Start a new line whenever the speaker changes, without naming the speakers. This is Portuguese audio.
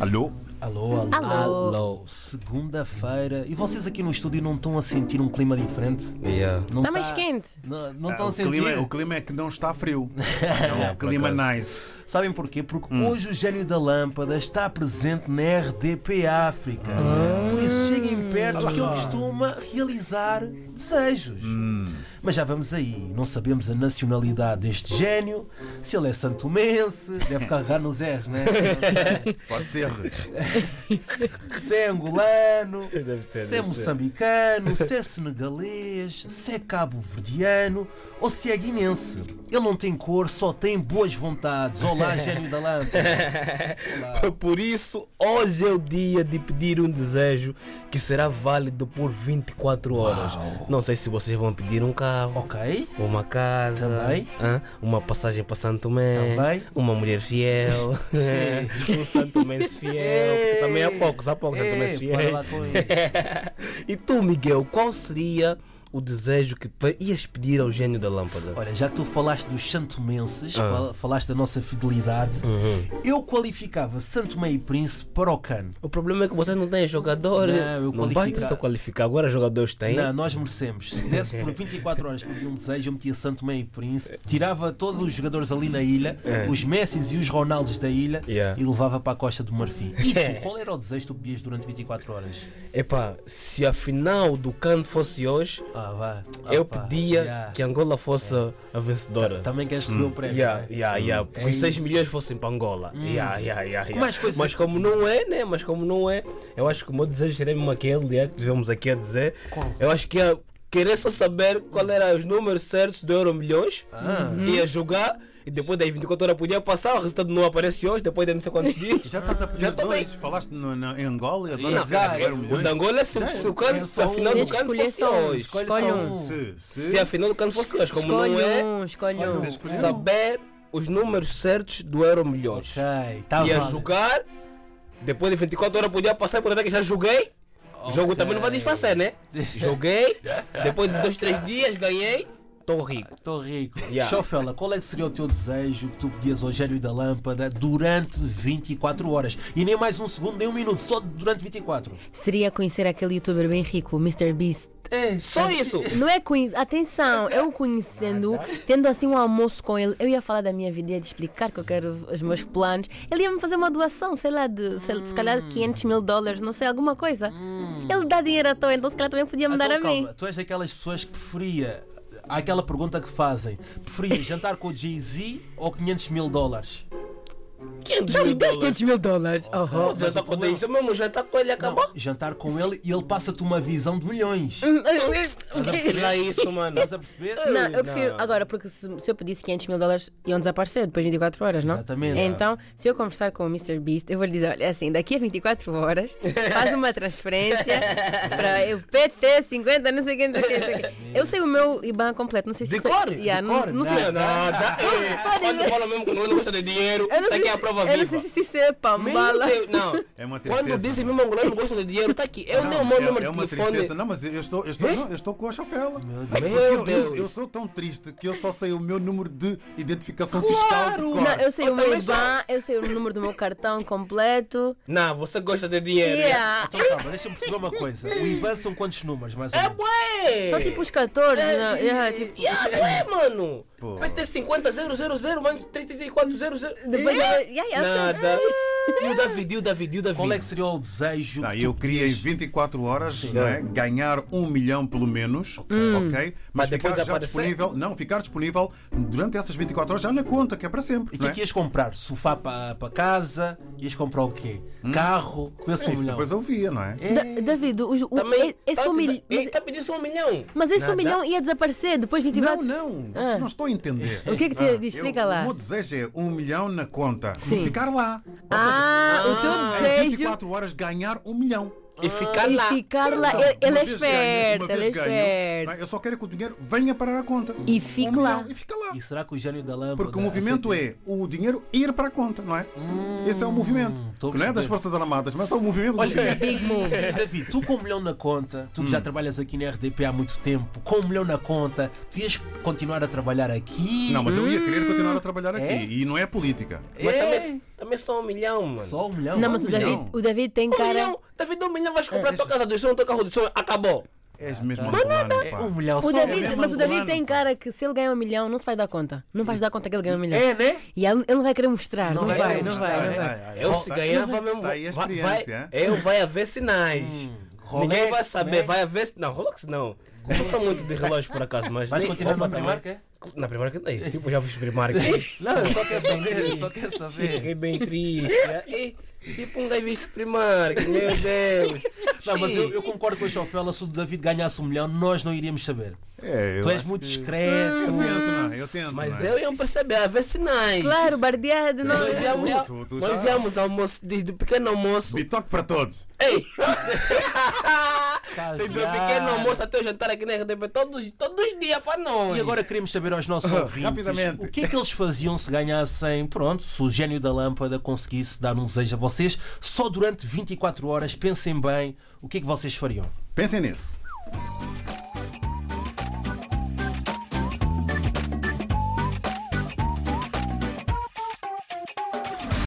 Alô?
Alô, alô,
Alô.
alô. Segunda-feira. E vocês aqui no estúdio não estão a sentir um clima diferente?
Yeah.
Não tá
Está Tá mais quente.
Não, não
Ah,
estão a
o,
sentir.
clima, o clima é que não está frio. É um
por
clima
acaso.
nice.
Sabem porquê? Porque
Hum.
hoje o gênio da lâmpada está presente na RDP África.
Ah.
Por isso cheguem perto que ele costuma realizar desejos.
Hum.
Mas já vamos aí. Não sabemos a nacionalidade deste gênio, se ele é santomense, deve carregar nos R's, né?
Pode ser.
se é angolano,
Deve ser,
se é
deve ser.
moçambicano, se é senegalês, se é cabo-verdiano ou se é guinense. Ele não tem cor, só tem boas vontades. Olá, gênio da lâmpada.
Por isso, hoje é o dia de pedir um desejo que será válido por 24 horas. Não sei se vocês vão pedir um carro.
Ok?
Uma casa,
Também.
hã? uma passagem para Santo Tomé,
Também.
uma mulher fiel,
Sim.
um Santo Tomé fiel,
Ei,
porque também há poucos, há poucos Santo Tomé
ei, para lá
fiel.
com isso.
E tu, Miguel, qual seria o desejo que pe- ias pedir ao gênio da lâmpada?
Olha, já que tu falaste dos santomenses,
Ah.
fal- falaste da nossa fidelidade,
Uhum.
eu qualificava Santo Meio Príncipe para o cano.
O problema é que vocês não têm jogadores.
Não, eu
Não basta
qualificar.
só qualificar, agora jogadores têm.
Não, nós merecemos. Se desse por 24 horas por um desejo, eu metia Santo Meio Príncipe, tirava todos os jogadores ali na ilha, os Messis e os Ronaldos da ilha,
É. Yeah.
e levava para a Costa do Marfim. E tu, qual era o desejo que tu pedias durante 24 horas?
Epá, se a final do canto fosse hoje,
Ah, vá. Ah,
eu
pá.
pedia
Yeah. É. Tá,
que Angola fosse a vencedora.
Também queres receber o prémio.
Yeah,
né?
yeah, yeah.
É
Os 6
isso. Hum.
milhões fossem para Angola. Yeah, yeah, yeah, yeah.
mais coisas-
Mas como não é, né? Mas como não é, eu acho que o meu desejo seria mesmo aquele é, que tivemos aqui a dizer.
Qual?
Eu acho que ia querer só saber qual eram os números certos do Euro Milhões.
Ah. Uhum.
Ia jogar e depois das 24 horas podia passar. O resultado não aparece hoje, depois de não sei quantos dias.
Já estás a pedir
tô bem.
dois. Falaste no, na, em Angola e agora
Não,
queres
já,
ver um
O
milhão?
da Angola, se, se o cano,
é
se a
só um. Tens
final do
Tens que
cano
escolher
fosse
só um.
hoje.
Escolhe
Escolhe
só
um.
um.
Se, se.
Se é a final do cano fosse hoje, como não
Escolhe
é,
um, escolhe um.
Tens que escolher um.
saber os números certos do Euro Milhões.
Ok, tá
ia
válido.
jogar. Depois de 24 horas podia passar por até que já joguei. O jogo também não vai disfarçar, né? Joguei. Depois de dois, três dias ganhei. Tô rico.
Estou rico.
Yeah.
Chofela, qual é que seria o teu desejo que tu pedias ao gênio da lâmpada durante 24 horas? E nem mais um segundo, nem um minuto, só durante 24.
Seria conhecer aquele youtuber bem rico, o Mr. Beast.
É,
Só isso.
Não é conhe... Atenção, eu conhecendo, tendo assim um almoço com ele, eu ia falar da minha vida, ia te explicar que eu quero os meus planos. Ele ia me fazer uma doação, sei lá, de sei- se calhar 500 mil dólares, não sei, alguma coisa. Ele dá dinheiro à toa, então se calhar também podia me
Então,
dar a mim.
calma, tu és daquelas pessoas que preferia. Há aquela pergunta que fazem: preferia jantar com o Jay-Z ou 500 mil dólares?
500
Já
mil
me deste
dólares.
500 mil dólares. Aham.
Já tá com isso mesmo, já tá com ele, acabou.
Jantar com ele e ele passa-te uma visão de milhões.
Lá isso, mano.
Estás a perceber?
Não, eu prefiro. Agora, porque se, se eu pedisse 500 mil dólares, iam desaparecer depois de 24 horas, não?
Exatamente.
Então, se eu conversar com o Mr. Beast, eu vou lhe dizer: olha, assim, daqui a 24 horas, faz uma transferência para o PT 50, não sei quem, não sei quem, não sei quem. Eu sei o meu IBAN completo, não sei se. é-
De cor?
Yeah,
De
não,
cor?
não sei.
Não, nada. Ei, Quando fala mesmo conosco, não gosta de dinheiro,
Eu não
tá
sei
aqui a
se-
prova
Eu não sei
viva.
se isso é
Meu
pambala.
Deus, Não.
É uma
Quando
tristeza.
dizem mesmo angolano não gosta de dinheiro, tá aqui. Eu nem o meu
Não, é, é
número
uma
de telefone.
tristeza. Não, mas eu estou, eu estou, não, eu estou com a chafela. Meu
Meu
eu, eu,
Deus.
eu sou tão triste que eu só sei o meu número de identificação
Claro.
fiscal. de cor.
Não, eu sei
Eu
o meu
também sou.
IBAN, eu sei o número do meu cartão completo.
Não, você gosta de dinheiro. né?
Yeah.
Então calma, deixa-me perceber uma coisa: o IBAN são quantos números? Mais ou
É
menos?
São
bué!
tipo os 14,
É,
não? Yeah, tipo,
Yeah, não é, mano? PT 50 000, mano, 34 000.
Depois eu vou- Yeah, yeah, eu sei.
Nada. E o David, e o David, e o David.
Qual é que seria o desejo
Não,
que tu
Tá, eu queria em 24 horas não é, ganhar um milhão pelo menos, ok? Mas,
Hum. Mas depois
ficar já
aparecer?
disponível, não, ficar disponível durante essas 24 horas já na conta, que é para sempre.
E o que
não
é
é?
que ias comprar? Sofá para casa? Ias comprar o quê? Carro? Com esse
Hum? É
um
isso,
milhão?
depois eu via, não é?
Da- David, o, o,
Também.
esse
tá,
um milhão.
Ele tá pedindo só um milhão.
Mas esse um
Nada.
milhão ia desaparecer depois de 24.
Não, não, vocês não estão a entender.
O que é que te diz?
Eu-
Explica lá.
O meu desejo é um milhão na conta.
Sim.
Ficar lá. Ou seja, é
Ah, o
em
teu desejo
24 horas ganhar um milhão.
E ficar
Ah, e
lá.
ficar lá.
Então,
Ele, ele
uma
é
vez ganho,
esperto,
uma
ele é
vez ganho, não
esperto.
é? Eu só quero que o dinheiro venha parar a conta. Um
E fique
milhão,
lá.
E fica lá.
E será que o gênio da lâmpada.
Porque o movimento é o dinheiro ir para a conta, não é? Esse é o movimento.
Hum, tô a
Não é das
perceber.
Forças Armadas, mas é o movimento do dinheiro.
Big move.
é. David, tu com um milhão na conta, tu que
Hum.
já trabalhas aqui na RDP há muito tempo, com um milhão na conta, tu ias continuar a trabalhar aqui?
Não, mas eu ia querer continuar a trabalhar aqui.
Hum, É?
E não é política.
Mas também, Também só um milhão, mano.
Só um milhão?
Não, mas
um
o David,
milhão.
o David tem
um
cara. É.
milhão. David, um milhão vais comprar a tua casa do som, teu carro do som. Acabou.
És mesmo angolano,
É um
pá.
milhão só.
O
é
David,
mesmo
mas o David
angolano,
tem
pá.
cara que se ele ganhar um milhão, não se vai dar conta. Não vais dar conta que ele ganhou um milhão.
É, né?
E ele, ele não vai querer mostrar. Não,
Não vai
vai,
querer
não vai,
mostrar,
não
é,
vai.
é, é.
Eu se ganhar, vai mesmo.
Está aí a
vai-
experiência, é?
vai- Eu vai haver sinais. Ninguém
Hum, Rolex,
vai
né?
saber, vai haver. sin- Não, Rolex não. Eu não sou muito de relógio por acaso, mas.
Vais
nem-
continuar
roupa
na Primark,
também. Na primeira que. Ei, Tipo, já fiz primário.
Não, eu só quero saber, eu só quero saber.
Fiquei bem triste. né? Ei, tipo um gajo visto primário, meu Deus.
Não, mas eu, eu concordo com a Chofela, se o David ganhasse um milhão, nós não iríamos saber.
É, eu
tu és
acho
muito
que-
discreto.
Hum.
um
Eu tento, não, eu tento.
Mas
não é?
eu ia perceber, haver sinais.
Claro, bardeado, não.
Nós
é
íamos,
tu, tu
nós
tá?
já-
íamos almoço, desde o pequeno almoço.
Bitoque para todos.
Ei!
Tá
Desde o
viado.
um pequeno almoço até o jantar aqui na RDP, todos, todos os dias para nós.
E agora queremos saber aos nossos ouvintes
Rapidamente.
o que é que eles faziam se ganhassem, pronto, se o gênio da lâmpada conseguisse dar um desejo a vocês, só durante 24 horas, pensem bem o que é que vocês fariam.
Pensem nisso.